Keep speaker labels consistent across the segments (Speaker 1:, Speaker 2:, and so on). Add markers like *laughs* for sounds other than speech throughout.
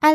Speaker 1: 艾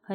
Speaker 1: 可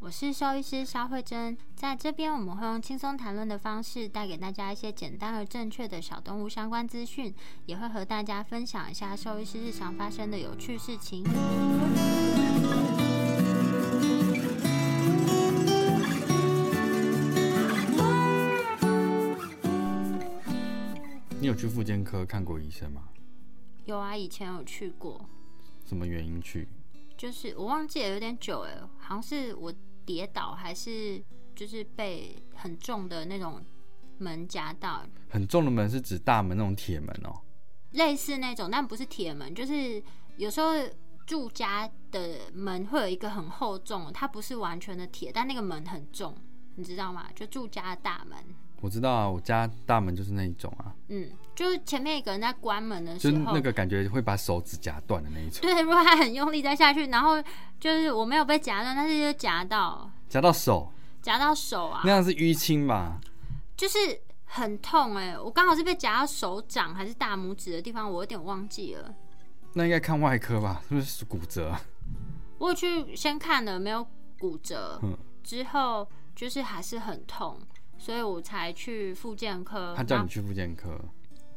Speaker 1: 我是兽医师肖慧珍，在这边我们会用轻松谈论的方式，带给大家一些简单而正确的小动物相关资讯，也会和大家分享一下兽医师日常发生的有趣事情。
Speaker 2: 你有去妇健科看过医生吗？
Speaker 1: 有啊，以前有去过，
Speaker 2: 什么原因去？
Speaker 1: 就是我忘记了，有点久哎，好像是我跌倒还是就是被很重的那种门夹到，
Speaker 2: 很重的门是指大门那种铁门哦。
Speaker 1: 类似那种，但不是铁门，就是有时候住家的门会有一个很厚重，它不是完全的铁，但那个门很重，你知道吗？就住家的大门，
Speaker 2: 我知道啊，我家大门就是那一种啊，
Speaker 1: 嗯，就是前面有个人在关门的时
Speaker 2: 就
Speaker 1: 候，
Speaker 2: 是那个感觉会把手指夹断的那一种，
Speaker 1: *laughs* 对，如果他很用力再下去，然后就是我没有被夹到，但是就夹到
Speaker 2: 夹到手，
Speaker 1: 夹到手啊
Speaker 2: 那，样是淤青吧？
Speaker 1: 就是很痛哎、我刚好是被夹到手掌还是大拇指的地方，我有点忘记了。
Speaker 2: 那应该看外科吧？是不是骨折啊？
Speaker 1: 我有去先看了没有骨折，
Speaker 2: 嗯
Speaker 1: 之后就是还是很痛，所以我才去复健科。
Speaker 2: 他叫
Speaker 1: 然
Speaker 2: 你
Speaker 1: 后
Speaker 2: 去复健科，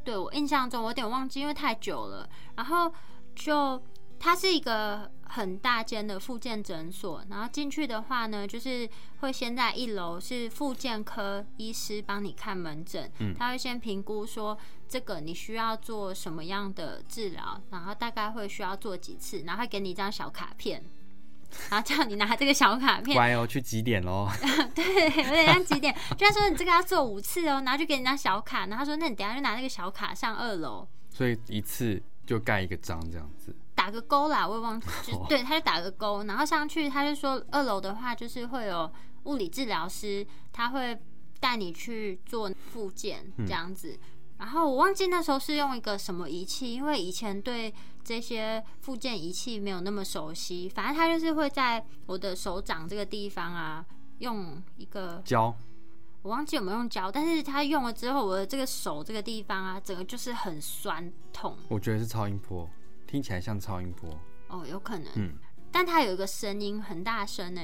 Speaker 1: 对我印象中我有点忘记，因为太久了。然后就它是一个很大间的复健诊所，然后进去的话呢，就是会先在一楼是复健科医师帮你看门诊，他会先评估说这个你需要做什么样的治疗，然后大概会需要做几次，然后会给你一张小卡片。然后叫你拿这个小卡片，
Speaker 2: 乖哦，去几点喽？
Speaker 1: 对，有点像几点？就他说你这个要做五次哦，然后就给你张小卡，然后他说那你等一下就拿那个小卡上二楼
Speaker 2: *laughs* 所以一次就盖一个章这样子，
Speaker 1: 打个勾啦，我也忘记，就对，他就打个勾，然后上去他就说二楼的话就是会有物理治疗师，他会带你去做复健这样子。然后我忘记那时候是用一个什么仪器，因为以前对这些附件仪器没有那么熟悉。反正他就是会在我的手掌这个地方啊，用一个
Speaker 2: 胶
Speaker 1: 我忘记有没有用胶，但是它用了之后，我的这个手这个地方啊，整个就是很酸痛
Speaker 2: 我觉得是超音波，听起来像超音波，
Speaker 1: 哦，有可能。
Speaker 2: 嗯
Speaker 1: 但它有一个声音很大声呢，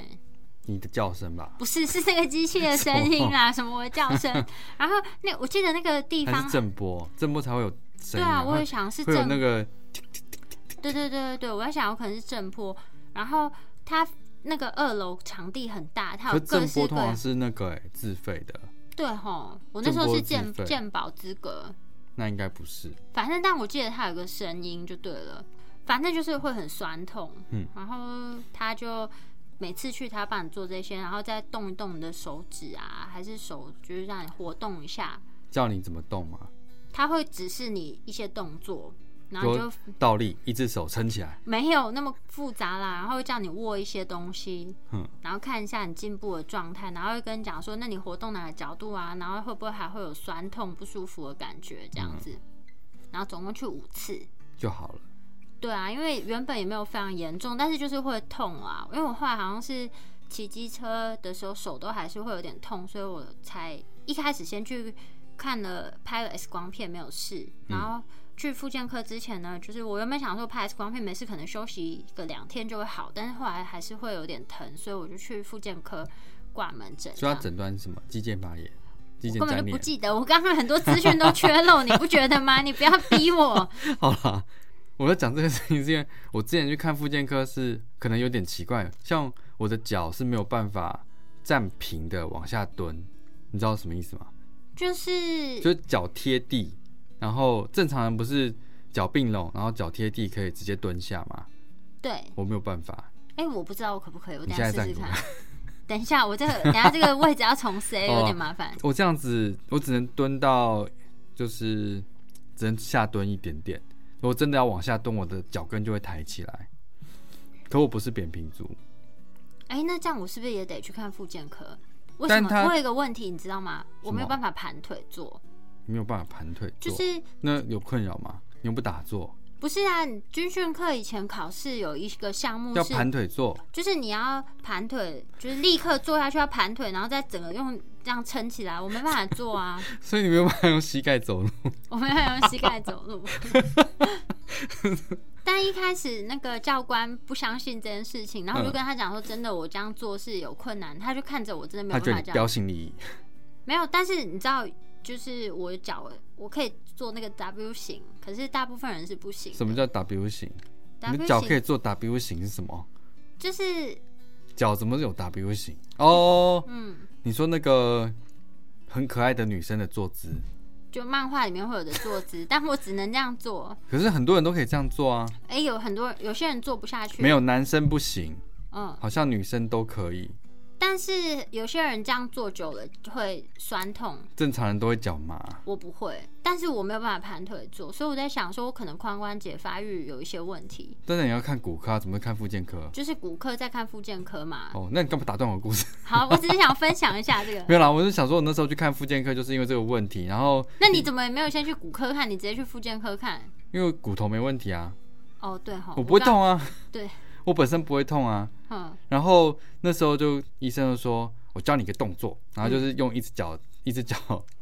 Speaker 2: 你的叫声吧，
Speaker 1: 不是是 *laughs* 那个机器的声音啦，什么我的叫
Speaker 2: *laughs*
Speaker 1: 声。然后那我记得那个地
Speaker 2: 哦还
Speaker 1: 方
Speaker 2: 是，震波？震波才会有
Speaker 1: 对
Speaker 2: 声音、
Speaker 1: 啊，
Speaker 2: 会
Speaker 1: 我也想是
Speaker 2: 会有
Speaker 1: 震，
Speaker 2: 那个
Speaker 1: 对对对对对，我在想有可能是震波。然后它那个二楼场地很大，它
Speaker 2: 可
Speaker 1: 有
Speaker 2: 是
Speaker 1: 各
Speaker 2: 震
Speaker 1: 式
Speaker 2: 波
Speaker 1: 各
Speaker 2: 通常
Speaker 1: 样。
Speaker 2: 是那个、欸、自费的，
Speaker 1: 对吼，我那时候
Speaker 2: 震波
Speaker 1: 是
Speaker 2: 自
Speaker 1: 鉴
Speaker 2: 费
Speaker 1: 鉴宝资格，
Speaker 2: 那应该不是。
Speaker 1: 反正但我记得它有个声音就对了，反正就是会很酸痛。
Speaker 2: 嗯，
Speaker 1: 然后他就每次去他帮你做这些，然后再动一动你的手指啊，还是手就是让你活动一下，
Speaker 2: 叫你怎么动嘛？
Speaker 1: 他会指示你一些动作，然后就
Speaker 2: 说倒立，一只手撑起来，
Speaker 1: 没有那么复杂啦，然后会叫你握一些东西，
Speaker 2: 嗯，
Speaker 1: 然后看一下你进步的状态，然后会跟你讲说，那你活动哪个角度啊，然后会不会还会有酸痛不舒服的感觉这样子，
Speaker 2: 嗯
Speaker 1: 然后总共去五次，
Speaker 2: 就好了。
Speaker 1: 对啊，因为原本也没有非常严重，但是就是会痛啊。因为我后来好像是骑机车的时候手都还是会有点痛，所以我才一开始先去看了拍了 X 光片没有事，
Speaker 2: 嗯
Speaker 1: 然后去复健科之前呢，就是我原本想说拍 X 光片没事，可能休息个两天就会好，但是后来还是会有点疼，所以我就去复健科挂门诊这
Speaker 2: 所以
Speaker 1: 样。
Speaker 2: 它诊断是什么？肌腱发炎、肌
Speaker 1: 啊我
Speaker 2: 腱
Speaker 1: 根
Speaker 2: 粘
Speaker 1: 本就不
Speaker 2: 连。
Speaker 1: 记得，我刚刚很多资讯都缺漏，你不觉得吗？你不要逼
Speaker 2: *laughs*
Speaker 1: 我。
Speaker 2: 好啦，我要讲这个事情是因为我之前去看复健科是可能有点奇怪，像我的脚是没有办法站平的往下蹲，你知道什么意思吗？
Speaker 1: 就是
Speaker 2: 就是脚贴地，然后正常人不是脚并拢，然后脚贴地可以直接蹲下吗？
Speaker 1: 对，哎、
Speaker 2: 我没有办法，
Speaker 1: 我不知道我可不可以，我
Speaker 2: 你
Speaker 1: 等
Speaker 2: 现
Speaker 1: 下
Speaker 2: 在
Speaker 1: 试
Speaker 2: 站
Speaker 1: 试
Speaker 2: 怎么
Speaker 1: 看
Speaker 2: *laughs* 样。？
Speaker 1: 等一下，我这个等一下这个位置要重塞，有
Speaker 2: *laughs* 哦
Speaker 1: 点麻烦。
Speaker 2: 我这样子，我只能蹲到，就是只能下蹲一点点。如果真的要往下蹲，我的脚跟就会抬起来。可我不是扁平足，
Speaker 1: 哎、那这样我是不是也得去看复健科？为什
Speaker 2: 但
Speaker 1: 么？
Speaker 2: 他
Speaker 1: 我有一个问题，你知道吗？我没
Speaker 2: 什
Speaker 1: 有
Speaker 2: 么
Speaker 1: 办法盘腿坐，
Speaker 2: 没有办法盘腿坐，
Speaker 1: 就是
Speaker 2: 那有困扰吗？你又不打坐，
Speaker 1: 不是啊？你军训课以前考试有一个项目
Speaker 2: 要
Speaker 1: 嗯是，
Speaker 2: 盘腿坐， *laughs*
Speaker 1: 就是你要盘腿，就是立刻坐下去要盘腿，然后再整个用这样撑起来，我没办法坐啊，
Speaker 2: 所以你没有办法用膝盖走路。
Speaker 1: 我没办法用膝盖走路。但一开始那个教官不相信这件事情，然后我就
Speaker 2: 嗯
Speaker 1: 跟他讲说：“真的，我这样做是有困难。”他就看着我，真的没
Speaker 2: 他
Speaker 1: 有
Speaker 2: 觉
Speaker 1: 办
Speaker 2: 得
Speaker 1: 法
Speaker 2: 你
Speaker 1: 这样
Speaker 2: 标新立异，
Speaker 1: 没有，但是你知道，就是我脚我可以做那个 W 型，可是大部分人是不行的。
Speaker 2: 什么叫 W 型？你的
Speaker 1: W
Speaker 2: 脚可以
Speaker 1: 型？
Speaker 2: 做 W 型是什么？
Speaker 1: 就是
Speaker 2: 脚怎么有 W 型？哦，
Speaker 1: 嗯，
Speaker 2: 你说那个很可爱的女生的坐姿，
Speaker 1: 就漫画里面会有的坐姿，但我只能这样做。
Speaker 2: 可是很多人都可以这样做啊。
Speaker 1: 哎、有很多有些人做不下去，
Speaker 2: 没有男生不行，
Speaker 1: 嗯，
Speaker 2: 好像女生都可以，
Speaker 1: 但是有些人这样做久了就会酸痛，
Speaker 2: 正常人都会脚麻。
Speaker 1: 我不会，但是我没有办法盘腿坐，所以我在想说，我可能髋关节发育有一些问题，
Speaker 2: 但是你要看骨科啊，怎么会看附健科？
Speaker 1: 就是骨科在看复健科嘛。
Speaker 2: *laughs* 哦，那你干嘛打断我的故事？
Speaker 1: 好，我只是想分享一下这个。
Speaker 2: *laughs* 没有啦，我是想说，我那时候去看附健科，就是因为这个问题。然后
Speaker 1: 那你怎么也没有先去骨科看，你直接去复健科看？
Speaker 2: 因为骨头没问题啊，
Speaker 1: 哦，对哈，
Speaker 2: 我不会
Speaker 1: 刚。
Speaker 2: 痛啊，
Speaker 1: *laughs* 对，
Speaker 2: 我本身不会痛啊。
Speaker 1: 嗯，
Speaker 2: 然后那时候就医生就说，我教你一个动作，
Speaker 1: 嗯
Speaker 2: 然后就是用一只脚一只脚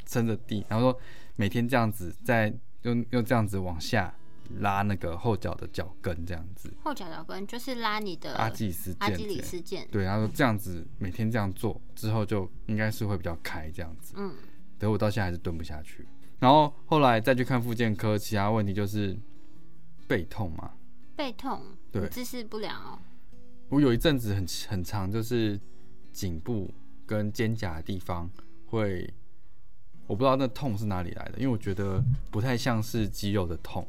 Speaker 2: 撑着地，然后说每天这样子再用用这样子往下拉那个后脚的脚跟，这样子
Speaker 1: 后脚脚跟就是拉你的
Speaker 2: 阿基里斯
Speaker 1: 呃阿
Speaker 2: 腱
Speaker 1: 基
Speaker 2: 之
Speaker 1: 里
Speaker 2: 类的。
Speaker 1: 斯腱，
Speaker 2: 对，他说这样子每天这样做之后，就应该是会比较开这样子。
Speaker 1: 嗯，
Speaker 2: 可是我到现在还是蹲不下去。然后后来再去看复健科，其他问题就是背痛嘛。
Speaker 1: 背痛，
Speaker 2: 对
Speaker 1: 你姿势不良哦，
Speaker 2: 我有一阵子很很长，就是颈部跟肩胛的地方会，我不知道那痛是哪里来的，因为我觉得不太像是肌肉的痛。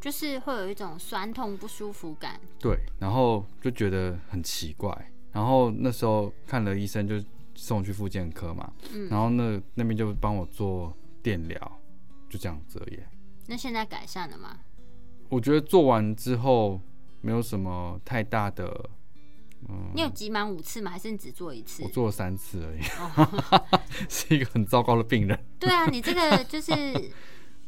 Speaker 1: 就是会有一种酸痛不舒服感。
Speaker 2: 对，然后就觉得很奇怪，然后那时候看了医生，就送去复健科嘛，
Speaker 1: 嗯
Speaker 2: 然后那那边就帮我做电疗，就这样子而已。
Speaker 1: 那现在改善了吗？
Speaker 2: 我觉得做完之后没有什么太大的，嗯，
Speaker 1: 你有挤满五次吗？还是你只做一次
Speaker 2: 我？做了三次而已， *laughs* 是一个很糟糕的病人，
Speaker 1: 对啊，你这个
Speaker 2: *laughs*
Speaker 1: 就是，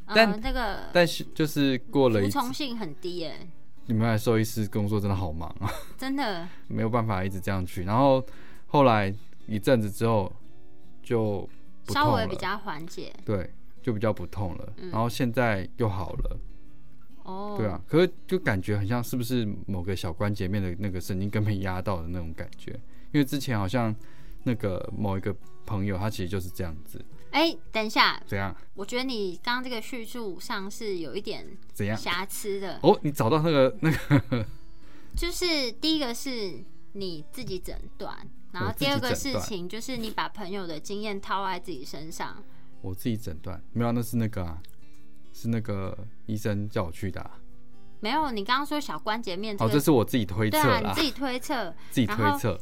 Speaker 1: 呃，
Speaker 2: 但
Speaker 1: 那个
Speaker 2: 但是就是过了
Speaker 1: 服
Speaker 2: 一次，
Speaker 1: 从性很低耶，
Speaker 2: 你们来兽医师工作真的好忙啊。 *laughs*
Speaker 1: 真的。
Speaker 2: 没有办法一直这样去。然后后来一阵子之后就不痛
Speaker 1: 稍
Speaker 2: 了，
Speaker 1: 微比较缓解
Speaker 2: 对，就比较不痛了。然后现在又好了，
Speaker 1: 哦。
Speaker 2: 对啊。可是就感觉很像是不是某个小关节面的那个神经根被压到的那种感觉？因为之前好像那个某一个朋友他其实就是这样子，
Speaker 1: 哎，等一下，
Speaker 2: 怎样
Speaker 1: 我觉得你刚刚这个叙述上是有一点
Speaker 2: 怎样。
Speaker 1: 瑕疵的，
Speaker 2: 哦，你找到那个那个
Speaker 1: 就是第一个是你自己诊断，然后
Speaker 2: 自己
Speaker 1: 第二个
Speaker 2: 诊
Speaker 1: 事
Speaker 2: 断
Speaker 1: 情就是你把朋友的经验套在自己身上。
Speaker 2: 我自己诊断没有啊，那是那个啊，是那个医生叫我去的、啊。
Speaker 1: 没有，你刚刚说小关节面这
Speaker 2: 哦，
Speaker 1: 个，
Speaker 2: 这是我自己推测
Speaker 1: 对啊，
Speaker 2: 啦
Speaker 1: 你，自己推测，
Speaker 2: 自己推
Speaker 1: 然后
Speaker 2: 测。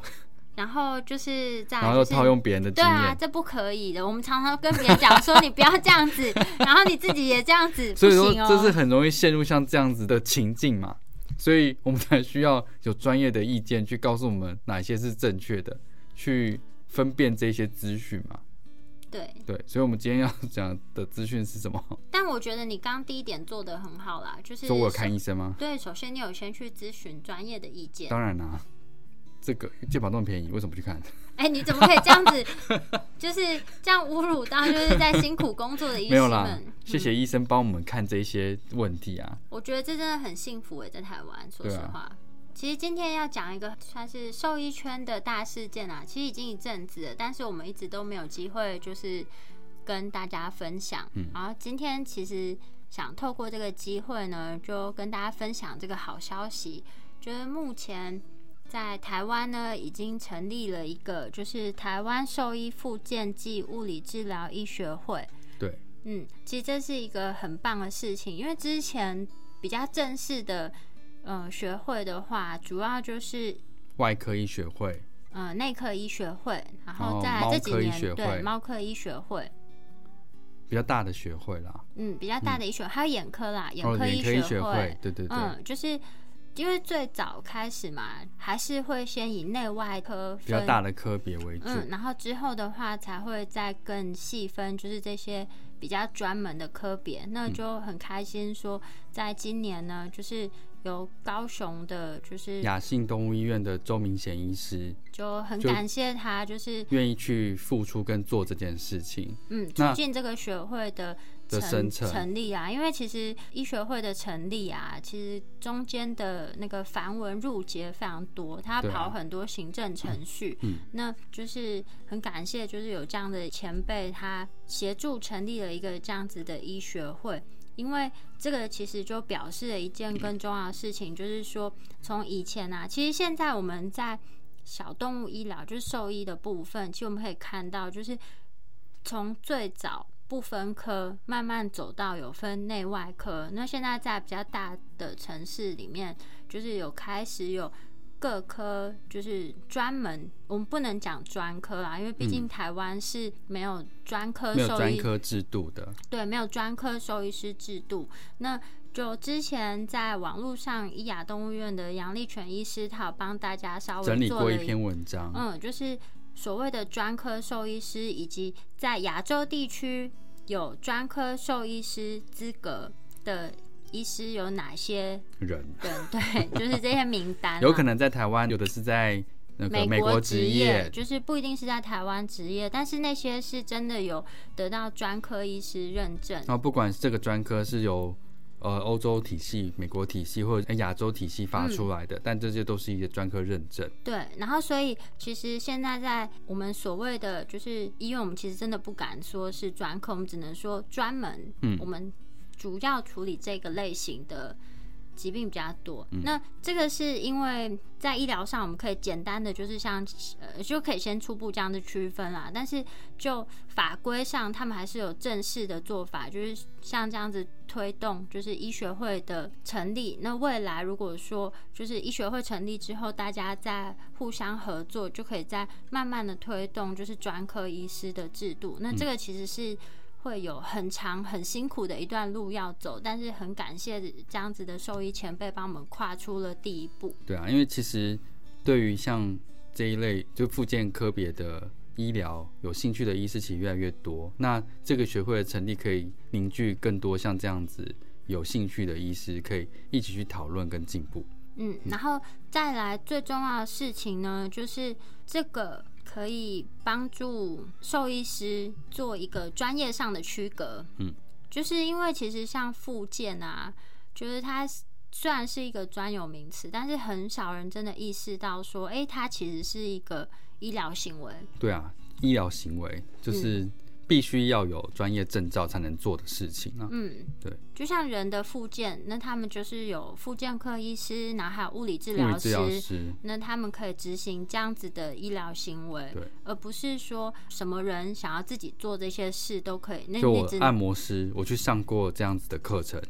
Speaker 1: 然后就是在、就是、
Speaker 2: 然后又套用别人的
Speaker 1: 对
Speaker 2: 经
Speaker 1: 啊，
Speaker 2: 验，
Speaker 1: 这不可以的。我们常常跟别人讲说你不要这样子， *laughs* 然后你自己也这样子，
Speaker 2: 所以说
Speaker 1: 不行哦。
Speaker 2: 这是很容易陷入像这样子的情境嘛，所以我们才需要有专业的意见去告诉我们哪些是正确的，去分辨这些资讯嘛。
Speaker 1: 对，
Speaker 2: 对，所以我们今天要讲的资讯是什么？
Speaker 1: 但我觉得你刚刚第一点做的很好啦，就是
Speaker 2: 说我有看医生吗？
Speaker 1: 对，首先你有先去咨询专业的意见。
Speaker 2: 当然啦、这个健保那么便宜，为什么不去看？
Speaker 1: 哎、你怎么可以这样子， *laughs* 就是这样侮辱到就是在辛苦工作的医
Speaker 2: *laughs* 没有
Speaker 1: 师
Speaker 2: 啦
Speaker 1: 们？，嗯
Speaker 2: 谢谢医生帮我们看这些问题啊。
Speaker 1: 我觉得这真的很幸福诶，欸在台湾，说
Speaker 2: 对
Speaker 1: 实
Speaker 2: 啊
Speaker 1: 话。其实今天要讲一个算是兽医圈的大事件啊，其实已经一阵子了，但是我们一直都没有机会就是跟大家分享。
Speaker 2: 嗯
Speaker 1: 然后今天其实想透过这个机会呢，就跟大家分享这个好消息，就是目前在台湾呢已经成立了一个，就是台湾兽医复健暨物理治疗医学会。
Speaker 2: 对，
Speaker 1: 嗯，其实这是一个很棒的事情，因为之前比较正式的呃学会的话，主要就是
Speaker 2: 外科医学会，
Speaker 1: 呃内科医学会，然
Speaker 2: 哦
Speaker 1: 后再来
Speaker 2: 猫
Speaker 1: 这几
Speaker 2: 科医
Speaker 1: 年、
Speaker 2: 学
Speaker 1: 对
Speaker 2: 会
Speaker 1: 猫科医学会，
Speaker 2: 比较大的学会啦，
Speaker 1: 嗯，比较大的医学，还有眼科啦，眼
Speaker 2: 哦，
Speaker 1: 科
Speaker 2: 眼科医学
Speaker 1: 会
Speaker 2: 会，，对对对，
Speaker 1: 嗯，就是因为最早开始嘛，还是会先以内外科
Speaker 2: 比较
Speaker 1: 分，
Speaker 2: 大的科别为主，
Speaker 1: 嗯，然后之后的话才会再更细分，就是这些比较专门的科别。那
Speaker 2: 嗯
Speaker 1: 就很开心说，在今年呢，就是由高雄的，就是
Speaker 2: 雅信动物医院的周明贤医师
Speaker 1: 就很
Speaker 2: 就
Speaker 1: 感谢他，就是
Speaker 2: 愿意去付出跟做这件事情，
Speaker 1: 嗯，
Speaker 2: 那
Speaker 1: 促进这个学会的
Speaker 2: 的
Speaker 1: 成
Speaker 2: 生成
Speaker 1: 立啊，因为其实医学会的成立啊，其实中间的那个繁文缛节非常多，他
Speaker 2: 对啊
Speaker 1: 跑很多行政程序，
Speaker 2: 嗯
Speaker 1: 那就是很感谢，就是有这样的前辈，他协助成立了一个这样子的医学会。因为这个其实就表示了一件更重要的事情，就是说，从以前啊，其实现在我们在小动物医疗，就是兽医的部分，其实我们可以看到，就是从最早不分科，慢慢走到有分内外科。那现在在比较大的城市里面，就是有开始有各科，就是专门，我们不能讲专科啦，因为毕竟台湾是没有专科
Speaker 2: 嗯没有
Speaker 1: 呃兽
Speaker 2: 专
Speaker 1: 医
Speaker 2: 科制度的，
Speaker 1: 对，没有专科兽医师制度。那就之前在网络上，伊雅动物院的杨立全医师，他有帮大家稍微
Speaker 2: 整理
Speaker 1: 哦做
Speaker 2: 过
Speaker 1: 了
Speaker 2: 一篇文章，
Speaker 1: 嗯，就是所谓的专科兽医师，以及在亚洲地区有专科兽医师资格的医师有哪些
Speaker 2: 人
Speaker 1: 人？ *laughs* 对，就是这些名单啊、
Speaker 2: 有可能在台湾，有的是在那个美国
Speaker 1: 职
Speaker 2: 职
Speaker 1: 业
Speaker 2: 业，
Speaker 1: 就是不一定是在台湾职业，但是那些是真的有得到专科医师认证
Speaker 2: 然。后不管这个专科是由呃欧洲体系、美国体系或者哎亚洲体系
Speaker 1: 嗯
Speaker 2: 发出来的，但这些都是一个专科认证，
Speaker 1: 对，然后所以其实现在在我们所谓的就是医院，我们其实真的不敢说是专科，我们只能说专门，
Speaker 2: 嗯
Speaker 1: 我们主要处理这个类型的疾病比较多。那这个是因为在医疗上，我们可以简单的就是像呃就可以先初步这样的区分啦，但是就法规上，他们还是有正式的做法，就是像这样子推动，就是医学会的成立。那未来如果说就是医学会成立之后，大家再互相合作，就可以再慢慢的推动就是专科医师的制度。那这个其实是。会有很长、很辛苦的一段路要走，但是很感谢这样子的兽医前辈帮我们跨出了第一步。
Speaker 2: 对啊，因为其实对于像这一类就附件科别的。医疗有兴趣的医师其实越来越多，那这个学会的成立可以凝聚更多像这样子有兴趣的医师，可以一起去讨论跟进步。
Speaker 1: 嗯，然后再来最重要的事情呢，就是这个可以帮助兽医师做一个专业上的区隔。
Speaker 2: 嗯，
Speaker 1: 就是因为其实像附件啊，就是它虽然是一个专有名词，但是很少人真的意识到说，诶，它其实是一个医疗行为。
Speaker 2: 对啊，医疗行为就是
Speaker 1: 嗯
Speaker 2: 必须要有专业证照才能做的事情啊。
Speaker 1: 嗯，
Speaker 2: 对，
Speaker 1: 就像人的附件，那他们就是有附件科医师，然后还有物理治
Speaker 2: 物
Speaker 1: 疗
Speaker 2: 理
Speaker 1: 嗯
Speaker 2: 治
Speaker 1: 师，
Speaker 2: 疗师，
Speaker 1: 那他们可以执行这样子的医疗行为
Speaker 2: 对，
Speaker 1: 而不是说什么人想要自己做这些事都可以。那
Speaker 2: 就
Speaker 1: 哎你
Speaker 2: 我
Speaker 1: 只
Speaker 2: 按
Speaker 1: 能
Speaker 2: 摩师，我去上过这样子的课程，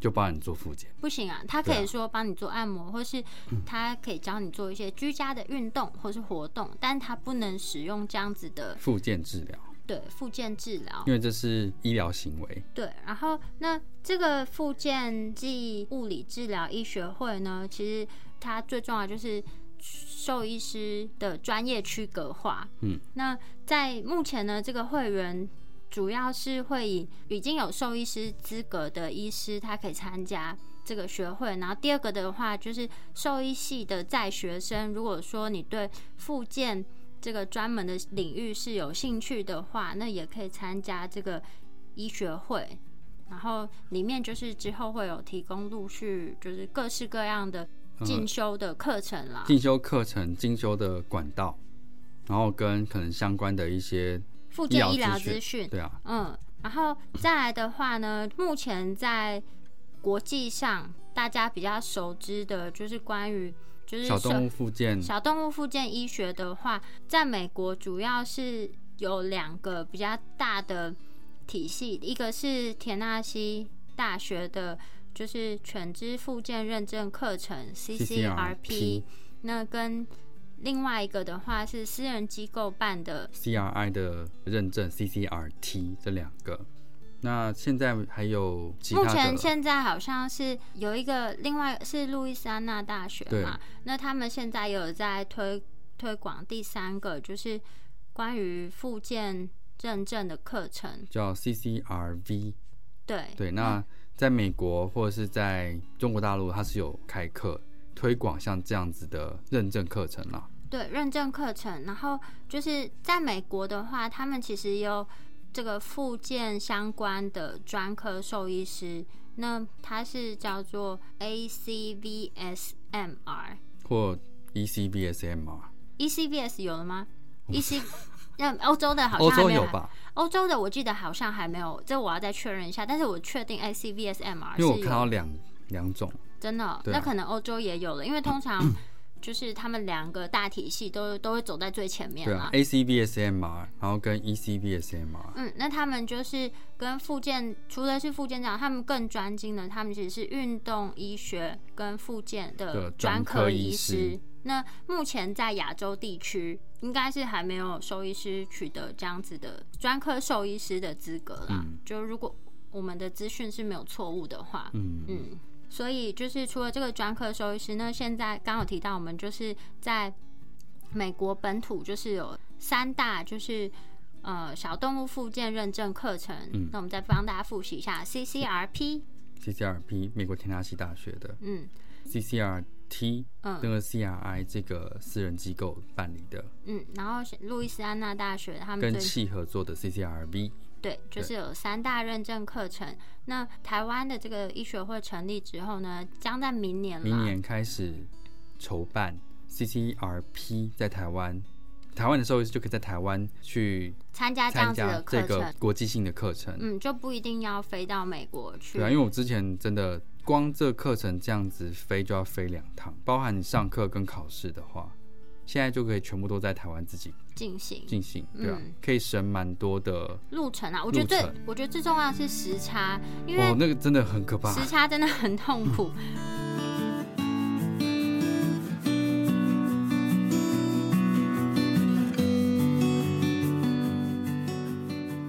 Speaker 2: 就帮你做复健。
Speaker 1: 不行啊，他可
Speaker 2: 对
Speaker 1: 以
Speaker 2: 啊嗯
Speaker 1: 说帮你做按摩，或是他可以教你做一些居家的运动或是活动，但他不能使用这样子的
Speaker 2: 复健治疗，
Speaker 1: 对附件治疗。
Speaker 2: 因为这是医疗行为，
Speaker 1: 对，然后那这个复健暨物理治疗医学会呢，其实它最重要就是兽医师的专业区隔化。
Speaker 2: 嗯，
Speaker 1: 那在目前呢，这个会员主要是会以已经有兽医师资格的医师，他可以参加。这个学会，然后第二个的话就是兽医系的在学生，如果说你对复健这个专门的领域是有兴趣的话，那也可以参加这个医学会，然后里面就是之后会有提供陆续就是各式各样的进修的课程啦。
Speaker 2: 进修课程、进修的管道，然后跟可能相关的一些
Speaker 1: 附
Speaker 2: 医
Speaker 1: 件医疗
Speaker 2: 疗
Speaker 1: 资
Speaker 2: 资
Speaker 1: 讯，
Speaker 2: 对啊，
Speaker 1: 嗯，然后再来的话呢，目前在国际上大家比较熟知的就是关于就是
Speaker 2: 小
Speaker 1: 社
Speaker 2: 动物附件，
Speaker 1: 小动物附件医学的话，在美国主要是有两个比较大的体系，一个是田纳西大学的，就是犬只附件认证课程 CCRP，
Speaker 2: CCRP
Speaker 1: 那跟另外一个的话是私人机构办的，
Speaker 2: CRI 的认证 CCRT 这两个。那现在还有其他
Speaker 1: 目
Speaker 2: 的
Speaker 1: 前现在好像是有一个，另外是路易斯安那大学
Speaker 2: 对
Speaker 1: 嘛，那他们现在也有在推推广第三个，就是关于附件认证的课程。
Speaker 2: 叫 CCRV，
Speaker 1: 对
Speaker 2: 对，那在美国或者是在中国大陆，它是有开课推广像这样子的认证课程啦。
Speaker 1: 对认证课程，然后就是在美国的话，他们其实也有这个附件相关的专科兽医师，那它是叫做 ACVSMR。
Speaker 2: 或 E ECBSMR，
Speaker 1: E ECVS 有了吗？EC
Speaker 2: *laughs*
Speaker 1: 那欧洲的好像
Speaker 2: 欧
Speaker 1: 还
Speaker 2: 洲
Speaker 1: 没有
Speaker 2: 有
Speaker 1: 来
Speaker 2: 吧？
Speaker 1: 欧洲的我记得好像还没有，这我要再确认一下。但是我确定哎 ACVSMR 是
Speaker 2: 因为我
Speaker 1: 有
Speaker 2: 看到两两种，
Speaker 1: 真的哦，
Speaker 2: 对啊
Speaker 1: 那可能欧洲也有了，因为通
Speaker 2: *clears throat*
Speaker 1: 常就是他们两个大体系都都会走在最前面
Speaker 2: 对
Speaker 1: 嘛。
Speaker 2: 啊，ACBSMR，然后跟 E ECBSMR，
Speaker 1: 嗯，那他们就是跟附件，除了是附件长，他们更专精的，他们其实是运动医学跟附件的
Speaker 2: 的
Speaker 1: 专
Speaker 2: 专
Speaker 1: 科
Speaker 2: 科
Speaker 1: 医
Speaker 2: 医师
Speaker 1: 师。那目前在亚洲地区，应该是还没有兽医师取得这样子的专科兽医师的资格啦。
Speaker 2: 嗯
Speaker 1: 就如果我们的资讯是没有错误的话，
Speaker 2: 嗯，
Speaker 1: 嗯，所以就是除了这个专科兽医师，那现在刚好提到我们就是在美国本土就是有三大就是呃小动物附件认证课程，
Speaker 2: 嗯
Speaker 1: 那我们再帮大家复习一下 CCRP，
Speaker 2: CCRP 美国田纳西大学的
Speaker 1: 嗯
Speaker 2: CCRT
Speaker 1: 嗯
Speaker 2: 那个 CRI 这个私人机构办理的，
Speaker 1: 嗯，然后是路易斯安那大学他们
Speaker 2: 跟
Speaker 1: 最
Speaker 2: 气合作的 CCRV，
Speaker 1: 对，就是有三大认证课程。那台湾的这个医学会成立之后呢，将在明年啦，
Speaker 2: 明年开始筹办 CCRP 在台湾，台湾的时候就可以在台湾去
Speaker 1: 参加这样
Speaker 2: 参
Speaker 1: 子的
Speaker 2: 加
Speaker 1: 课
Speaker 2: 这
Speaker 1: 程，
Speaker 2: 个国际性的课程，
Speaker 1: 嗯，就不一定要飞到美国去。
Speaker 2: 对啊，因为我之前真的光这课程这样子飞就要飞两趟，包含你上课跟考试的话，现在就可以全部都在台湾自己
Speaker 1: 进行
Speaker 2: 进行，对啊，
Speaker 1: 嗯
Speaker 2: 可以省蛮多的。
Speaker 1: 路程啊，我觉得
Speaker 2: 路
Speaker 1: 最
Speaker 2: 程
Speaker 1: 我觉得最重要的是时差，因
Speaker 2: 哦
Speaker 1: 为，
Speaker 2: 那个真的很可怕。
Speaker 1: 时差真的很痛
Speaker 2: *laughs*
Speaker 1: 苦。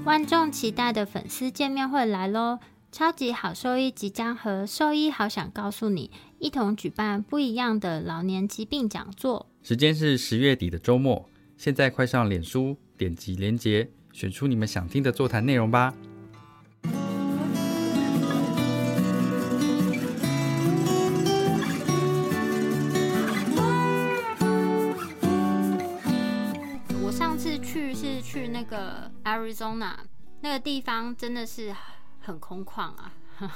Speaker 1: 万众期待的粉丝见面会来喽！超级好兽医即将和兽医好想告诉你一同举办不一样的老年疾病讲座。
Speaker 2: 时间是十月底的周末，现在快上脸书，点击连结，选出你们想听的座谈内容吧。
Speaker 1: 我上次去是去那个 Arizona 那个地方，真的是很空旷啊。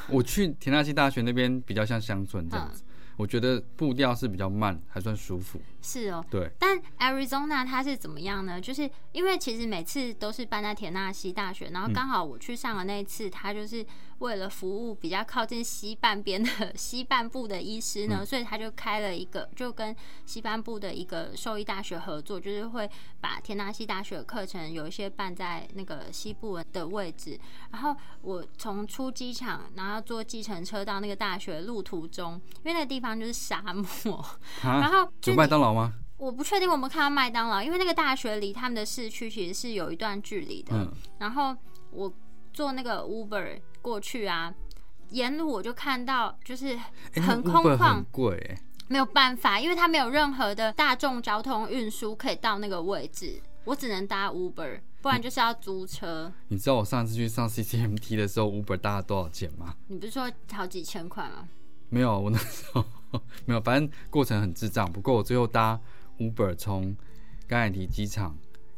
Speaker 2: 我去田纳西大学那边比较像乡村这样子，
Speaker 1: 嗯
Speaker 2: 我觉得步调是比较慢，还算舒服。
Speaker 1: 是哦，
Speaker 2: 对，
Speaker 1: 但 Arizona 它是怎么样呢？就是因为其实每次都是办在田纳西大学，然后刚好我去上的那一次，它就是为了服务比较靠近西半边的 *laughs* 西半部的医师呢，所以他就开了一个，就跟西半部的一个兽医大学合作，就是会把田纳西大学的课程有一些办在那个西部的位置。然后我从出机场，然后坐计程车到那个大学的路途中，因为那个地方就是沙漠，然
Speaker 2: 啊，
Speaker 1: 后就
Speaker 2: 有
Speaker 1: 你
Speaker 2: 麦当劳吗？
Speaker 1: 我不确定我们看到麦当劳，因为那个大学离他们的市区其实是有一段距离的。
Speaker 2: 嗯，
Speaker 1: 然后我坐那个 Uber 过去啊，沿路我就看到就是
Speaker 2: 诶那
Speaker 1: 很空
Speaker 2: Uber
Speaker 1: 旷
Speaker 2: 很贵、欸。
Speaker 1: 没有办法，因为它没有任何的大众交通运输可以到那个位置，我只能搭 Uber，不然就是要租车。
Speaker 2: 你知道我上次去上 CCMT 的时候，Uber 搭了多少钱吗？
Speaker 1: 你不是说好几千块吗？
Speaker 2: 没有，我那时候没有，反正过程很智障。不过我最后搭 Uber 从甘乃迪机场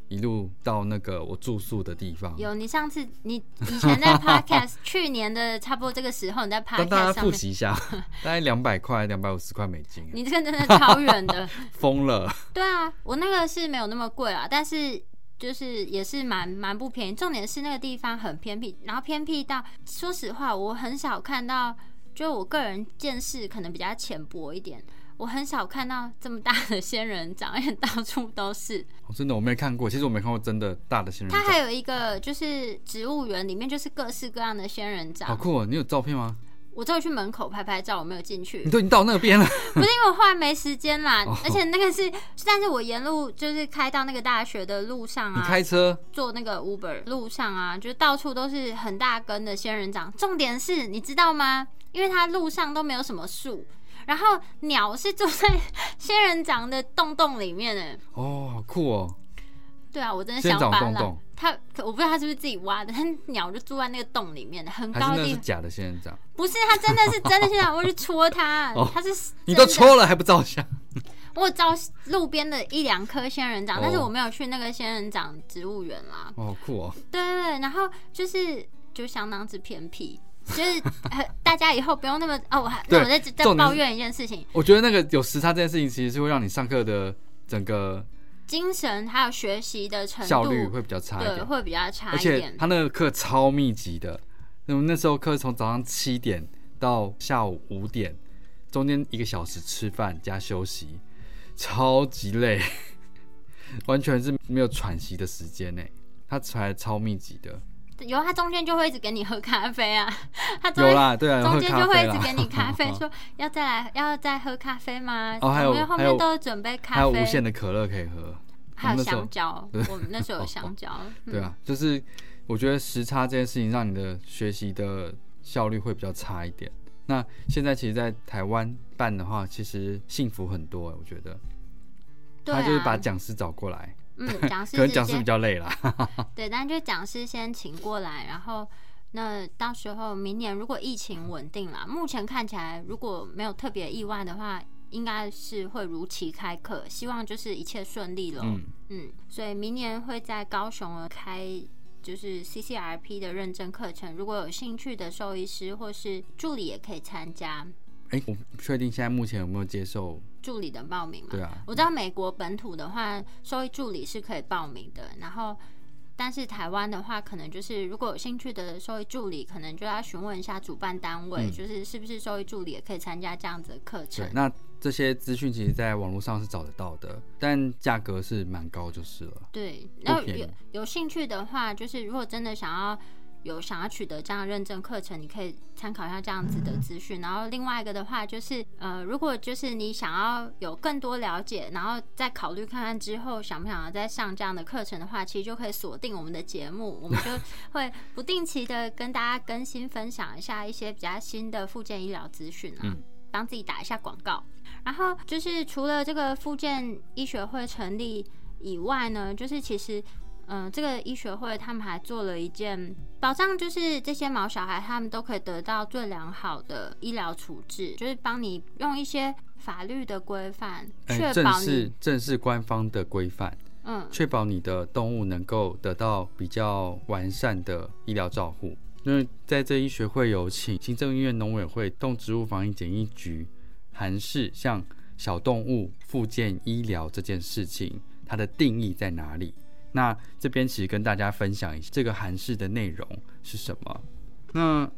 Speaker 2: 一路到那个我住宿的地方。
Speaker 1: 有，你上次你以前
Speaker 2: *laughs*
Speaker 1: 在 Podcast，去年的差不多这个时候你在
Speaker 2: 帮大
Speaker 1: Podcast
Speaker 2: 家
Speaker 1: 上
Speaker 2: 复
Speaker 1: 面，
Speaker 2: 习一下，
Speaker 1: *laughs*
Speaker 2: 大概两百块、两百五十块美金，
Speaker 1: 你这个真的超远的。
Speaker 2: 疯了！
Speaker 1: 对啊，我那个是没有那么贵啊，但是就是也是蛮蛮不便宜。重点是那个地方很偏僻，然后偏僻到说实话，我很少看到，就我个人见识可能比较浅薄一点。我很少看到这么大的仙人掌，而且到处都
Speaker 2: *laughs*
Speaker 1: 是。
Speaker 2: 哦真的我没看过，其实我没看过真的大的仙人
Speaker 1: 它还
Speaker 2: 掌，
Speaker 1: 有一个就是植物园里面就是各式各样的仙人
Speaker 2: 好
Speaker 1: 掌。
Speaker 2: 酷哦！你有照片吗？
Speaker 1: 我只有去门口拍拍照，我没有进去
Speaker 2: 你。都已经到那边了，
Speaker 1: 不是因为我后来没时间啦
Speaker 2: 嗯 *laughs* 哦，
Speaker 1: 而且那个是，但是我沿路就是开到那个大学的路上
Speaker 2: 你
Speaker 1: 啊，
Speaker 2: 开车
Speaker 1: 坐那个 Uber 路上啊，就到处都是很大根的仙人掌。重点是，你知道吗？因为它路上都没有什么树，然后鸟是住在仙人掌的洞洞里面的。
Speaker 2: 哦，好酷哦！
Speaker 1: 对啊，我真的
Speaker 2: 仙
Speaker 1: 想
Speaker 2: 人掌
Speaker 1: 法
Speaker 2: 洞
Speaker 1: 了
Speaker 2: 洞。
Speaker 1: 它可我不知道它是不是自己挖的，但鸟就住在那个洞里面的，很
Speaker 2: 还是
Speaker 1: 高的
Speaker 2: 那
Speaker 1: 地
Speaker 2: 是
Speaker 1: 方。
Speaker 2: 假的仙人掌？
Speaker 1: 不是，它真的是真的仙人掌，我会去戳
Speaker 2: *laughs*
Speaker 1: 它
Speaker 2: 哦，
Speaker 1: 它是
Speaker 2: 你都
Speaker 1: 真的
Speaker 2: 戳了还不照相？
Speaker 1: 我有招路边的一两颗仙人掌，
Speaker 2: 哦
Speaker 1: 但是我没有去那个仙人掌植物园啦。
Speaker 2: 哦，好酷哦！
Speaker 1: 对对对，然后就是就相当之偏僻，就是呃大家以后不用那么哦，我还
Speaker 2: 对
Speaker 1: 那我再再
Speaker 2: 重点是
Speaker 1: 抱怨一件事情，
Speaker 2: 我觉得那个有时差这件事情，其实是会让你上课的整个
Speaker 1: 精神还有学习的程
Speaker 2: 效率
Speaker 1: 度
Speaker 2: 会比较差一
Speaker 1: 对
Speaker 2: 点，
Speaker 1: 会比较差
Speaker 2: 而
Speaker 1: 一
Speaker 2: 且
Speaker 1: 点。
Speaker 2: 他那个课超密集的。那么那时候课从早上七点到下午五点，中间一个小时吃饭加休息，超级累， *laughs* 完全是没有喘息的时间呢。他才超密集的，
Speaker 1: 有他中间就会一直给你喝咖啡啊， *laughs* 他中
Speaker 2: 有
Speaker 1: 间
Speaker 2: 啦，对啊，有喝
Speaker 1: 中间
Speaker 2: 咖
Speaker 1: 就会
Speaker 2: 啡
Speaker 1: 一
Speaker 2: 啦
Speaker 1: 直给你咖
Speaker 2: *laughs*
Speaker 1: 啡，
Speaker 2: 哦
Speaker 1: 说要再来要再喝咖啡吗？
Speaker 2: 哦还有
Speaker 1: 我们后
Speaker 2: 还有
Speaker 1: 面都有准备
Speaker 2: 还
Speaker 1: 咖
Speaker 2: 有
Speaker 1: 啡，
Speaker 2: 无限的可乐可以喝。
Speaker 1: 还有
Speaker 2: 我们那时候
Speaker 1: 香
Speaker 2: *laughs*
Speaker 1: 蕉，我们那时候有香蕉，嗯
Speaker 2: 对啊，就是我觉得时差这件事情让你的学习的效率会比较差一点。那现在其实，在台湾办的话，其实幸福很多、欸我觉得。
Speaker 1: 对
Speaker 2: 他就是
Speaker 1: 啊
Speaker 2: 把讲师找过来，
Speaker 1: 嗯，讲师
Speaker 2: *laughs* 可能
Speaker 1: 直
Speaker 2: 讲师
Speaker 1: 接
Speaker 2: 比较累啦。
Speaker 1: 对，但就讲师先请过来，然后那到时候明年如果疫情稳定了，目前看起来如果没有特别意外的话，应该是会如期开课，希望就是一切顺利咯。
Speaker 2: 嗯，
Speaker 1: 嗯，所以明年会在高雄呃开就是 CCRP 的认证课程，如果有兴趣的兽医师或是助理也可以参加
Speaker 2: 哎、我不确定现在目前有没有接受？
Speaker 1: 助理的报名嘛
Speaker 2: 对。啊，
Speaker 1: 我知道美国本土的话，兽医助理是可以报名的，然后但是台湾的话，可能就是如果有兴趣的兽医助理，可能就要询问一下主办单位，
Speaker 2: 嗯
Speaker 1: 就是是不是兽医助理也可以参加这样子的课程
Speaker 2: 对，。那这些资讯其实在网络上是找得到的，但价格是蛮高就是了。
Speaker 1: 对，
Speaker 2: 不
Speaker 1: 那
Speaker 2: 便宜
Speaker 1: 有有兴趣的话，就是如果真的想要有想要取得这样认证课程，你可以参考一下这样子的资讯。然后另外一个的话，就是呃，如果就是你想要有更多了解，然后再考虑看看之后想不想要再上这样的课程的话，其实就可以锁定我们的节目，我们就会不定期的跟大家更新分享一下一些比较新的附件医疗资讯啊。
Speaker 2: 嗯
Speaker 1: 帮自己打一下广告。然后就是除了这个复健医学会成立以外呢，就是其实。嗯，这个医学会他们还做了一件保障，就是这些毛小孩他们都可以得到最良好的医疗处置，就是帮你用一些法律的规范
Speaker 2: 哎
Speaker 1: 确
Speaker 2: 正
Speaker 1: 保你
Speaker 2: 式，正式官方的规范，
Speaker 1: 嗯，
Speaker 2: 确保你的动物能够得到比较完善的医疗照护。因为在这医学会有请行政院农委会动植物防疫检疫局函释，像小动物复健医疗这件事情，它的定义在哪里？那这边其实跟大家分享一下这个函释的内容是什么。那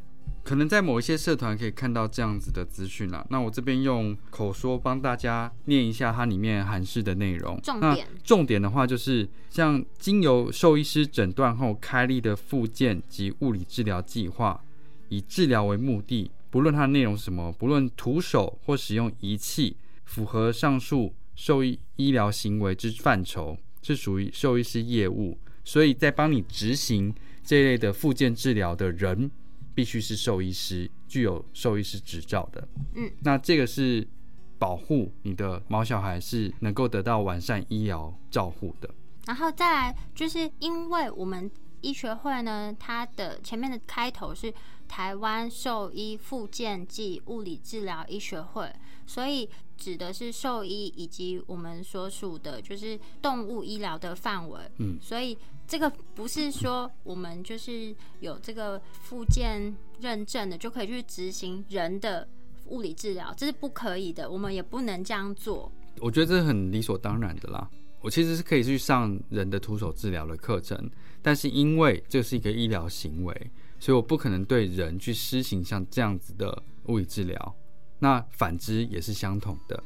Speaker 2: 可能在某一些社团可以看到这样子的资讯啦。那我这边用口说帮大家念一下它里面函释的内容。
Speaker 1: 重
Speaker 2: 那
Speaker 1: 点
Speaker 2: 重点的话就是，像经由兽医师诊断后开立的复健及物理治疗计划，以治疗为目的，不论它的内容是什么，不论徒手或使用仪器，符合上述兽医医疗行为之范畴，是属于兽医师业务。所以在帮你执行这类的复健治疗的人，必须是兽医师，具有兽医师执照的。
Speaker 1: 嗯，
Speaker 2: 那这个是保护你的毛小孩是能够得到完善医疗照护的。
Speaker 1: 然后再来，就是因为我们医学会呢，它的前面的开头是台湾兽医复健暨物理治疗医学会，所以指的是兽医以及我们所属的就是动物医疗的范围。
Speaker 2: 嗯
Speaker 1: 所以这个不是说我们就是有这个复健认证的就可以去执行人的物理治疗，这是不可以的，我们也不能这样做。
Speaker 2: 我觉得这很理所当然的啦。我其实是可以去上人的徒手治疗的课程，但是因为这是一个医疗行为，所以我不可能对人去施行像这样子的物理治疗。那反之也是相同的。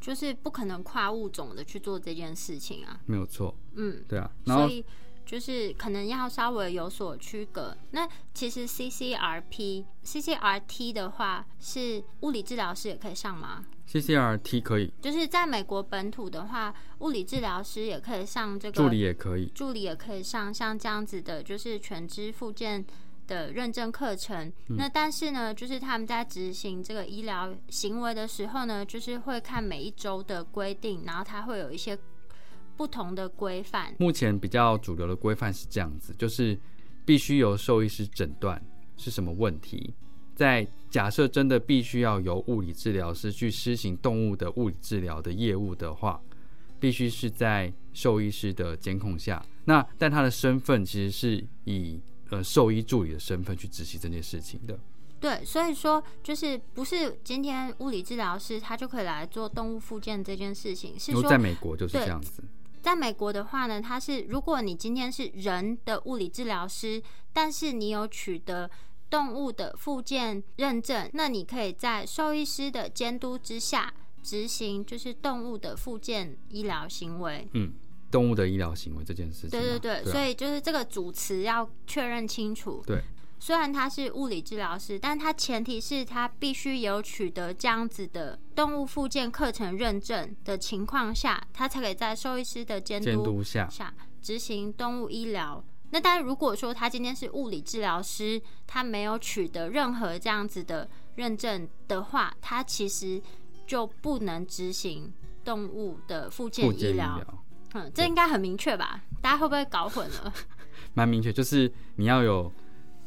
Speaker 1: 就是不可能跨物种的去做这件事情啊。
Speaker 2: 没有错，
Speaker 1: 嗯，
Speaker 2: 对啊。然
Speaker 1: 所
Speaker 2: 后
Speaker 1: 以就是可能要稍微有所区隔。那其实 CCRP、CCRT 的话，是物理治疗师也可以上吗？
Speaker 2: CCRT 可以，
Speaker 1: 就是在美国本土的话，物理治疗师也可以上这个
Speaker 2: 助理也可以，
Speaker 1: 助理也可以上像这样子的，就是全职附件的认证课程。
Speaker 2: 嗯
Speaker 1: 那但是呢，就是他们在执行这个医疗行为的时候呢，就是会看每一周的规定，然后它会有一些不同的规范。
Speaker 2: 目前比较主流的规范是这样子，就是必须由兽医师诊断是什么问题，在假设真的必须要由物理治疗师去施行动物的物理治疗的业务的话，必须是在兽医师的监控下。那但他的身份其实是以呃兽医助理的身份去执行这件事情的，
Speaker 1: 对，所以说就是不是今天物理治疗师他就可以来做动物复健这件事情，是
Speaker 2: 然
Speaker 1: 说
Speaker 2: 后在美国就是
Speaker 1: 对
Speaker 2: 这样子。
Speaker 1: 在美国的话呢，它是如果你今天是人的物理治疗师，但是你有取得动物的附件认证，那你可以在兽医师的监督之下执行就是动物的附件医疗行为。
Speaker 2: 嗯，动物的医疗行为这件事情
Speaker 1: 对
Speaker 2: 啊、
Speaker 1: 对对，
Speaker 2: 啊
Speaker 1: 所以就是这个主词要确认清楚。
Speaker 2: 对，
Speaker 1: 虽然他是物理治疗师，但他前提是他必须有取得这样子的动物附件课程认证的情况下，他才可以在兽医师的监
Speaker 2: 监
Speaker 1: 督
Speaker 2: 督下，
Speaker 1: 下执行动物医疗。那但如果说他今天是物理治疗师，他没有取得任何这样子的认证的话，他其实就不能执行动物的附件
Speaker 2: 复
Speaker 1: 医
Speaker 2: 健医
Speaker 1: 疗。
Speaker 2: 疗
Speaker 1: 嗯，这应该很明确吧？大家会不会搞混了？
Speaker 2: 蛮明确，就是你要有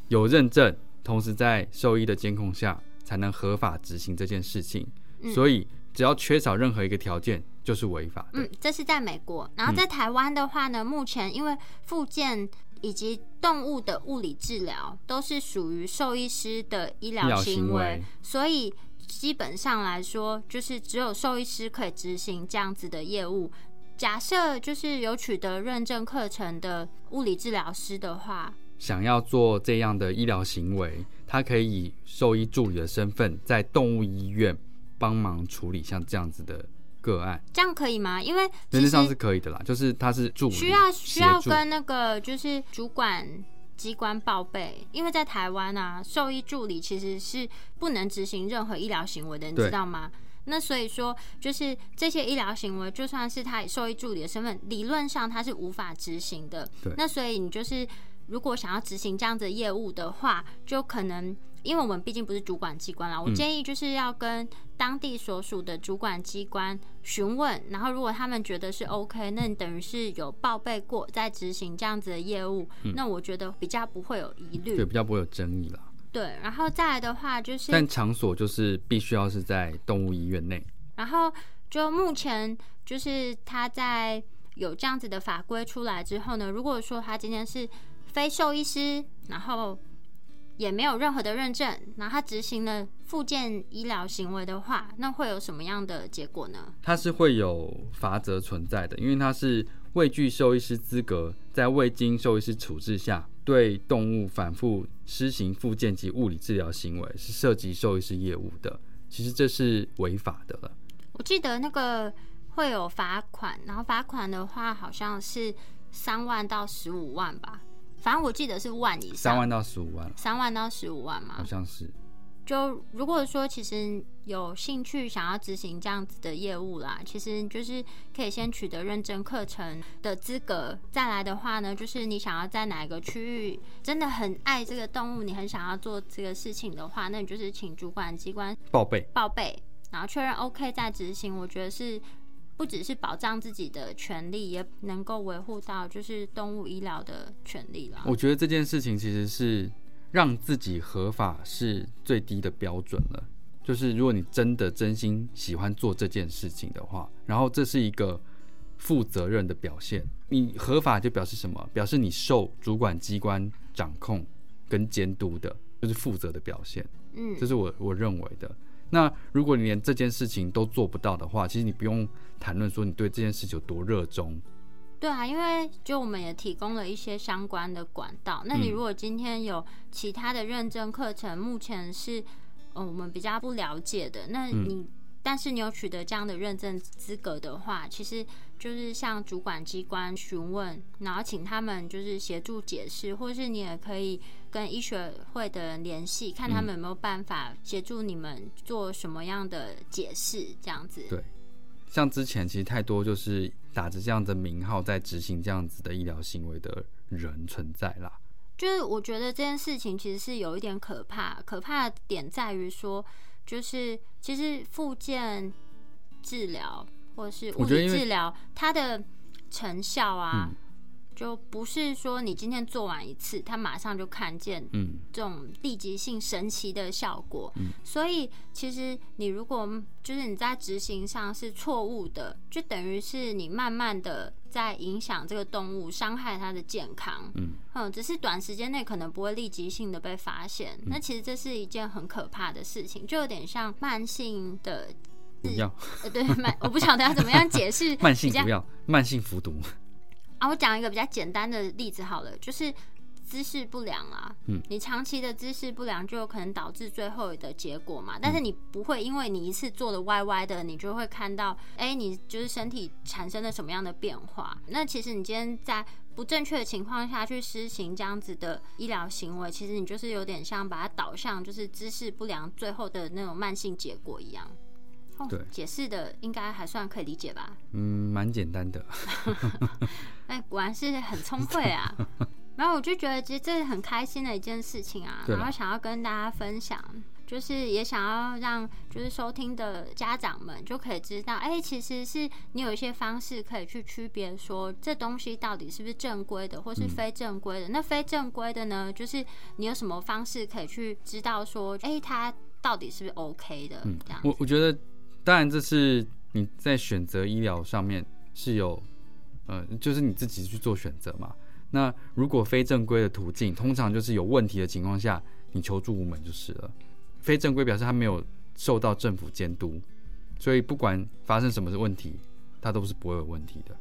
Speaker 2: 有认证，同时在兽医的监控下才能合法执行这件事情。
Speaker 1: 嗯
Speaker 2: 所以只要缺少任何一个条件，就是违法的。
Speaker 1: 嗯，这是在美国。
Speaker 2: 嗯
Speaker 1: 然后在台湾的话呢，目前因为附件以及动物的物理治疗都是属于兽医师的医
Speaker 2: 医
Speaker 1: 疗
Speaker 2: 疗
Speaker 1: 行
Speaker 2: 行为
Speaker 1: 所以基本上来说，就是只有兽医师可以执行这样子的业务。假设就是有取得认证课程的物理治疗师的话，
Speaker 2: 想要做这样的医疗行为，他可以以兽医助理的身份，在动物医院帮忙处理像这样子的个案，
Speaker 1: 这样可以吗？因为
Speaker 2: 原
Speaker 1: 其
Speaker 2: 则
Speaker 1: 实
Speaker 2: 上是可以的啦。就是他是助理，
Speaker 1: 需要需要
Speaker 2: 协助
Speaker 1: 跟那个就是主管机关报备，因为在台湾啊，兽医助理其实是不能执行任何医疗行为的，你
Speaker 2: 对
Speaker 1: 知道吗？那所以说，就是这些医疗行为，就算是他以兽医助理的身份，理论上他是无法执行的
Speaker 2: 对。
Speaker 1: 那所以你就是如果想要执行这样子的业务的话，就可能。因为我们毕竟不是主管机关
Speaker 2: 嗯
Speaker 1: 啦，我建议就是要跟当地所属的主管机关询问，然后如果他们觉得是 OK，那你等于是有报备过在执行这样子的业务，那我觉得比较不会有疑虑。
Speaker 2: 嗯对比较不会有争议啦。
Speaker 1: 对，然后再来的话就是
Speaker 2: 但场所就是必须要是在动物医院内，
Speaker 1: 然后就目前就是他在有这样子的法规出来之后呢，如果说他今天是非兽医师，然后也没有任何的认证，然后他执行了附件医疗行为的话，那会有什么样的结果呢？
Speaker 2: 它是会有罚则存在的，因为它是畏惧兽医师资格，在未经兽医师处置下，对动物反复施行复健及物理治疗行为，是涉及兽医师业务的。其实这是违法的了，
Speaker 1: 我记得那个会有罚款，然后罚款的话好像是三万到十五万吧，反正我记得是万以上，
Speaker 2: 三万哦到十五万了，
Speaker 1: 三万到十五万嘛
Speaker 2: 好，像是。
Speaker 1: 就如果说其实有兴趣想要执行这样子的业务啦，其实就是可以先取得认证课程的资格，再来的话呢，就是你想要在哪个区域真的很爱这个动物，你很想要做这个事情的话，那你就是请主管机关
Speaker 2: 报备
Speaker 1: 报备，然后确认 OK 再执行。我觉得是不只是保障自己的权利，也能够维护到就是动物医疗的权利啦。
Speaker 2: 我觉得这件事情其实是让自己合法是最低的标准了。就是如果你真的真心喜欢做这件事情的话，然后这是一个负责任的表现。你合法就表示什么？表示你受主管机关掌控跟监督的，就是负责的表现。
Speaker 1: 嗯
Speaker 2: 这，是我我认为的。那如果你连这件事情都做不到的话，其实你不用谈论说你对这件事情有多热衷，
Speaker 1: 对啊，因为就我们也提供了一些相关的管道。那你
Speaker 2: 嗯
Speaker 1: 如果今天有其他的认证课程，目前是呃我们比较不了解的，那
Speaker 2: 嗯
Speaker 1: 你但是你有取得这样的认证资格的话，其实就是向主管机关询问，然后请他们就是协助解释，或是你也可以跟医学会的人联系，看
Speaker 2: 嗯
Speaker 1: 他们有没有办法协助你们做什么样的解释，这样子。
Speaker 2: 对像之前其实太多就是打着这样的名号在执行这样子的医疗行为的人存在啦。
Speaker 1: 就是我觉得这件事情其实是有一点可怕，可怕的点在于说，就是其实复健治疗或是物
Speaker 2: 我觉得
Speaker 1: 理
Speaker 2: 因为
Speaker 1: 治疗，它的成效啊，
Speaker 2: 嗯
Speaker 1: 就不是说你今天做完一次，它马上就看见
Speaker 2: 嗯，
Speaker 1: 这种立即性神奇的效果。所以其实你如果就是你在执行上是错误的，就等于是你慢慢的在影响这个动物，伤害它的健康。
Speaker 2: 嗯
Speaker 1: 只是短时间内可能不会立即性的被发现。
Speaker 2: 嗯
Speaker 1: 那其实这是一件很可怕的事情，就有点像慢性的。
Speaker 2: 不要
Speaker 1: 呃，对，慢，我不晓得要怎么样解
Speaker 2: *laughs*
Speaker 1: 释
Speaker 2: 慢性
Speaker 1: 比较
Speaker 2: 不要慢性服毒，
Speaker 1: 啊，我讲一个比较简单的例子好了，就是姿势不良啊。
Speaker 2: 嗯，
Speaker 1: 你长期的姿势不良就有可能导致最后的结果嘛。
Speaker 2: 嗯
Speaker 1: 但是你不会因为你一次做的歪歪的，你就会看到，哎、你就是身体产生了什么样的变化。那其实你今天在不正确的情况下去施行这样子的医疗行为，其实你就是有点像把它导向就是姿势不良最后的那种慢性结果一样。哦
Speaker 2: 对
Speaker 1: 解释的应该还算可以理解吧？
Speaker 2: 嗯，蛮简单的。
Speaker 1: 哎，果然是很聪慧
Speaker 2: *laughs*
Speaker 1: 啊！然后我就觉得其实这是很开心的一件事情啊，
Speaker 2: 对啦
Speaker 1: 然后想要跟大家分享，就是也想要让就是收听的家长们就可以知道，哎，其实是你有一些方式可以去区别说这东西到底是不是正规的或是
Speaker 2: 嗯
Speaker 1: 非正规的。那非正规的呢，就是你有什么方式可以去知道说，哎，它到底是不是 OK 的、这样。
Speaker 2: 嗯我我觉得，当然这是你在选择医疗上面是有，呃，就是你自己去做选择嘛。那如果非正规的途径，通常就是有问题的情况下，你求助无门就是了。非正规表示他没有受到政府监督，所以不管发生什么问题，他都是不会有问题的。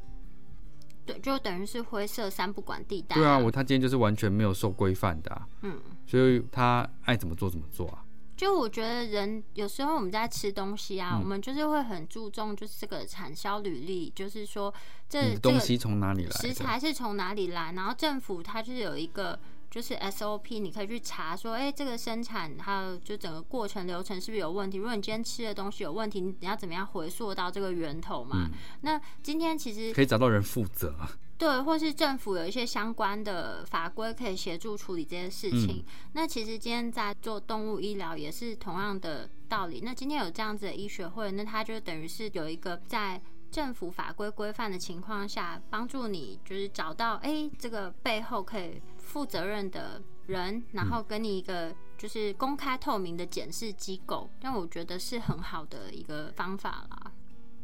Speaker 1: 对，就等于是灰色三不管地带、
Speaker 2: 对啊，我他今天就是完全没有受规范的、啊，
Speaker 1: 嗯。
Speaker 2: 所以他爱怎么做怎么做啊。
Speaker 1: 就我觉得人有时候我们在吃东西
Speaker 2: 嗯
Speaker 1: 啊，我们就是会很注重就是这个产销履历，就是说这
Speaker 2: 你的东西从哪里来
Speaker 1: 这
Speaker 2: 的？
Speaker 1: 个食材是从哪里来，然后政府它就是有一个。就是 SOP，你可以去查说，哎、这个生产还有就整个过程流程是不是有问题？如果你今天吃的东西有问题，你要怎么样回溯到这个源头嘛？那今天其实
Speaker 2: 嗯可以找到人负责啊。
Speaker 1: 对，或是政府有一些相关的法规可以协助处理这些事情。那其实今天在做动物医疗也是同样的道理。那今天有这样子的医学会，那它就等于是有一个在。政府法规规范的情况下，帮助你就是找到哎、诶这个背后可以负责任的人，然后跟你一个就是公开透明的检视机构，但我觉得是很好的一个方法啦。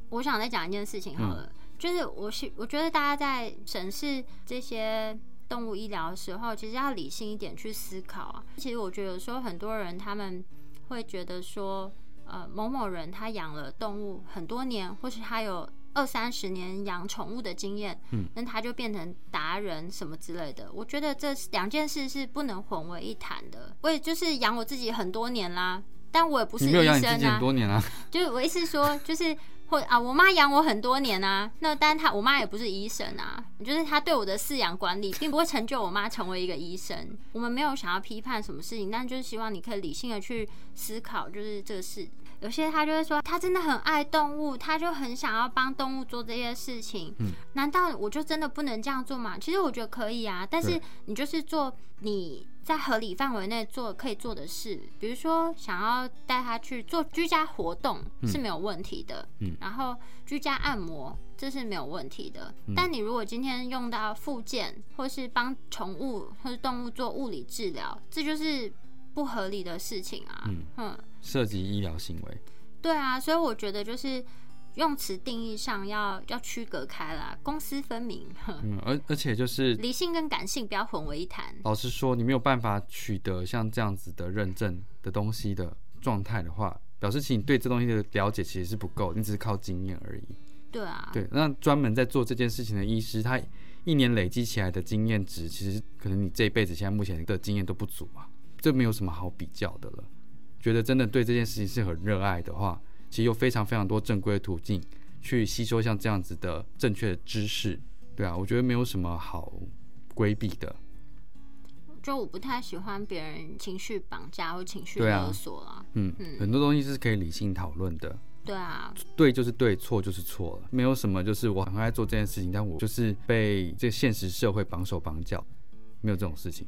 Speaker 1: 我想再讲一件事情好
Speaker 2: 嗯
Speaker 1: 了，就是我是我觉得大家在审视这些动物医疗的时候，其实要理性一点去思考啊。其实我觉得有时候很多人他们会觉得说，呃，某某人他养了动物很多年，或是他有。二三十年养宠物的经验，嗯，那他就变成达人什么之类的。我觉得这两件事是不能混为一谈的。我也就是养我自己很多年啦，但我也不是
Speaker 2: 你
Speaker 1: 医
Speaker 2: 没有
Speaker 1: 生
Speaker 2: 养
Speaker 1: 啊，
Speaker 2: 你自己很多年啊，
Speaker 1: 就是我意思说，就是或啊，我妈养我很多年啊，那但她我妈也不是医生啊，就是她对我的饲养管理，并不会成就我妈成为一个医生。我们没有想要批判什么事情，但就是希望你可以理性的去思考，就是这个事。有些他就会说，他真的很爱动物，他就很想要帮动物做这些事情。难道我就真的不能这样做吗？其实我觉得可以啊，但是
Speaker 2: 对
Speaker 1: 你就是做你在合理范围内做可以做的事，比如说想要带他去做居家活动是没有问题的，
Speaker 2: 嗯
Speaker 1: 然后居家按摩这是没有问题的。
Speaker 2: 嗯
Speaker 1: 但你如果今天用到附件，或是帮宠物或是动物做物理治疗，这就是不合理的事情啊。
Speaker 2: 嗯
Speaker 1: 嗯
Speaker 2: 涉及医疗行为。
Speaker 1: 对啊，所以我觉得就是用词定义上要要区隔开啦，公私分明，呵
Speaker 2: 嗯，而而且就是
Speaker 1: 理性跟感性不要混为一谈。
Speaker 2: 老实说，你没有办法取得像这样子的认证的东西的状态的话，表示其实你对这东西的了解其实是不够，你只是靠经验而已。
Speaker 1: 对啊，
Speaker 2: 对，那专门在做这件事情的医师，他一年累积起来的经验值，其实可能你这一辈子现在目前的经验都不足啊，这没有什么好比较的了。觉得真的对这件事情是很热爱的话，其实有非常非常多正规的途径去吸收像这样子的正确的知识，对啊，我觉得没有什么好规避的。
Speaker 1: 就我不太喜欢别人情绪绑架或情绪
Speaker 2: 对啊
Speaker 1: 勒索啦。
Speaker 2: 嗯，很多东西是可以理性讨论的，
Speaker 1: 对啊，
Speaker 2: 对就是对，错就是错了，没有什么就是我很爱做这件事情，但我就是被这现实社会绑手绑脚，没有这种事情。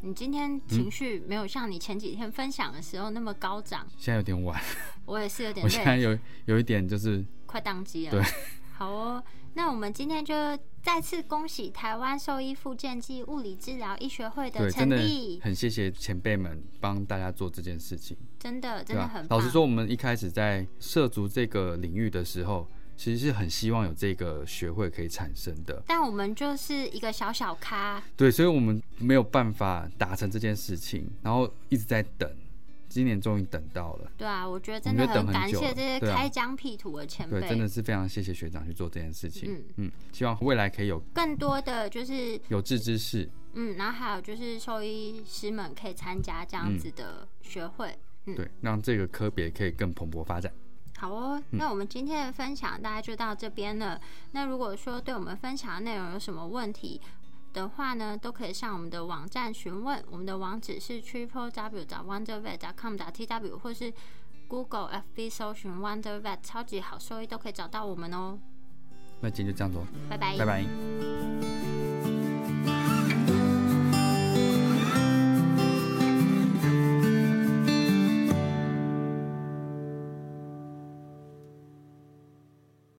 Speaker 1: 你今天情绪没有像你前几天分享的时候那么高涨，
Speaker 2: 现在有点晚，
Speaker 1: 我也是有点
Speaker 2: 我现在
Speaker 1: 累，
Speaker 2: 有有一点就是
Speaker 1: 快宕机了。
Speaker 2: 对，
Speaker 1: 好哦，那我们今天就再次恭喜台湾兽医复健暨物理治疗医学会
Speaker 2: 对，真
Speaker 1: 成
Speaker 2: 的
Speaker 1: 立，
Speaker 2: 很谢谢前辈们帮大家做这件事情。
Speaker 1: 真的真
Speaker 2: 对
Speaker 1: 的
Speaker 2: 吧
Speaker 1: 很？棒。
Speaker 2: 老实说，我们一开始在涉足这个领域的时候，其实是很希望有这个学会可以产生的。
Speaker 1: 但我们就是一个小小咖，
Speaker 2: 对，所以我们没有办法达成这件事情，然后一直在等，今年终于等到了。
Speaker 1: 对啊，我觉得真的
Speaker 2: 我们就等很
Speaker 1: 感
Speaker 2: 久
Speaker 1: 谢
Speaker 2: 了
Speaker 1: 这些
Speaker 2: 对啊
Speaker 1: 开疆辟土的前
Speaker 2: 对，
Speaker 1: 辈，
Speaker 2: 真的是非常谢谢学长去做这件事情。
Speaker 1: 嗯
Speaker 2: 嗯希望未来可以有
Speaker 1: 更多的就是
Speaker 2: 有志之士。
Speaker 1: 嗯，然后还有就是兽医师们可以参加这样子的学会。嗯
Speaker 2: 对，让这个科别可以更蓬勃发展。
Speaker 1: 好哦，那我们今天的分享大概就到这边了。那如果说对我们分享的内容有什么问题的话呢，都可以上我们的网站询问。我们的网址是 triple w wondervet com t w 或是 Google FB 搜寻 Wondervet 超级好兽医都可以找到我们哦。哎
Speaker 2: 那今天就这样子哦，
Speaker 1: 拜拜，
Speaker 2: 拜拜。